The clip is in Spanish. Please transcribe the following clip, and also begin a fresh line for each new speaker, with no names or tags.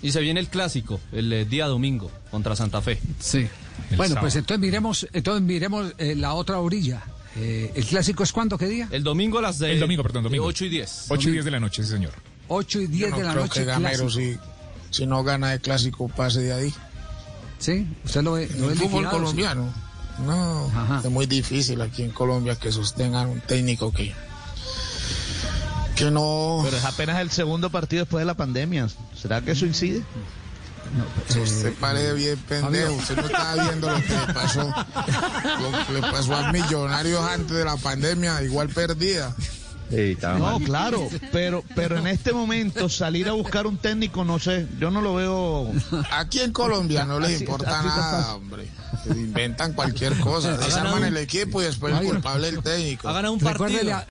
Y se viene el clásico, el eh, día domingo contra Santa Fe.
Sí.
El
bueno,
sábado.
pues entonces miremos, entonces miremos eh, la otra orilla. Eh, ¿El clásico es cuándo? ¿Qué
Eh,
día?
El domingo a las de,
El domingo, perdón, domingo.
8 y 10.
8 y 10 de la noche, sí, señor.
8 y 10
no
de la
creo
noche.
que Gamero
clásico.
si, si no gana de clásico pase de ahí.
Sí, usted lo ve.
En
lo ve
el fútbol
liquidado, sí.
colombiano, no,
Ajá.
es muy difícil aquí en Colombia que sostengan un técnico que que no
Pero es apenas el segundo partido después de la pandemia. ¿Será que eso incide?
se pare bien pendejo. Usted no estaba viendo lo que le pasó, lo que le pasó a Millonarios antes de la pandemia, igual perdida.
No, claro, pero pero en este momento salir a buscar un técnico, no sé, yo no lo veo.
Aquí en Colombia no les
Así-
importa
así de
nada,
fácil.
hombre. Se inventan cualquier cosa. Desarman el equipo y después el
Javier.
culpable el técnico.
Hagan un partido.
Recuérdele a,